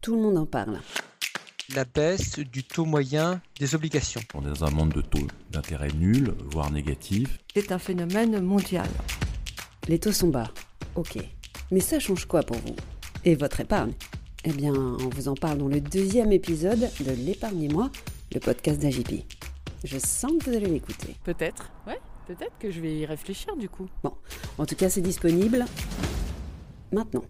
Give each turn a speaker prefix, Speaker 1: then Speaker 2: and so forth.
Speaker 1: Tout le monde en parle.
Speaker 2: La baisse du taux moyen des obligations.
Speaker 3: On est dans un monde de taux d'intérêt nul, voire négatif.
Speaker 4: C'est un phénomène mondial.
Speaker 1: Les taux sont bas. Ok. Mais ça change quoi pour vous Et votre épargne Eh bien, on vous en parle dans le deuxième épisode de L'épargnez-moi, le podcast d'AJP. Je sens que vous allez l'écouter.
Speaker 5: Peut-être, ouais, peut-être que je vais y réfléchir du coup.
Speaker 1: En tout cas, c'est disponible maintenant.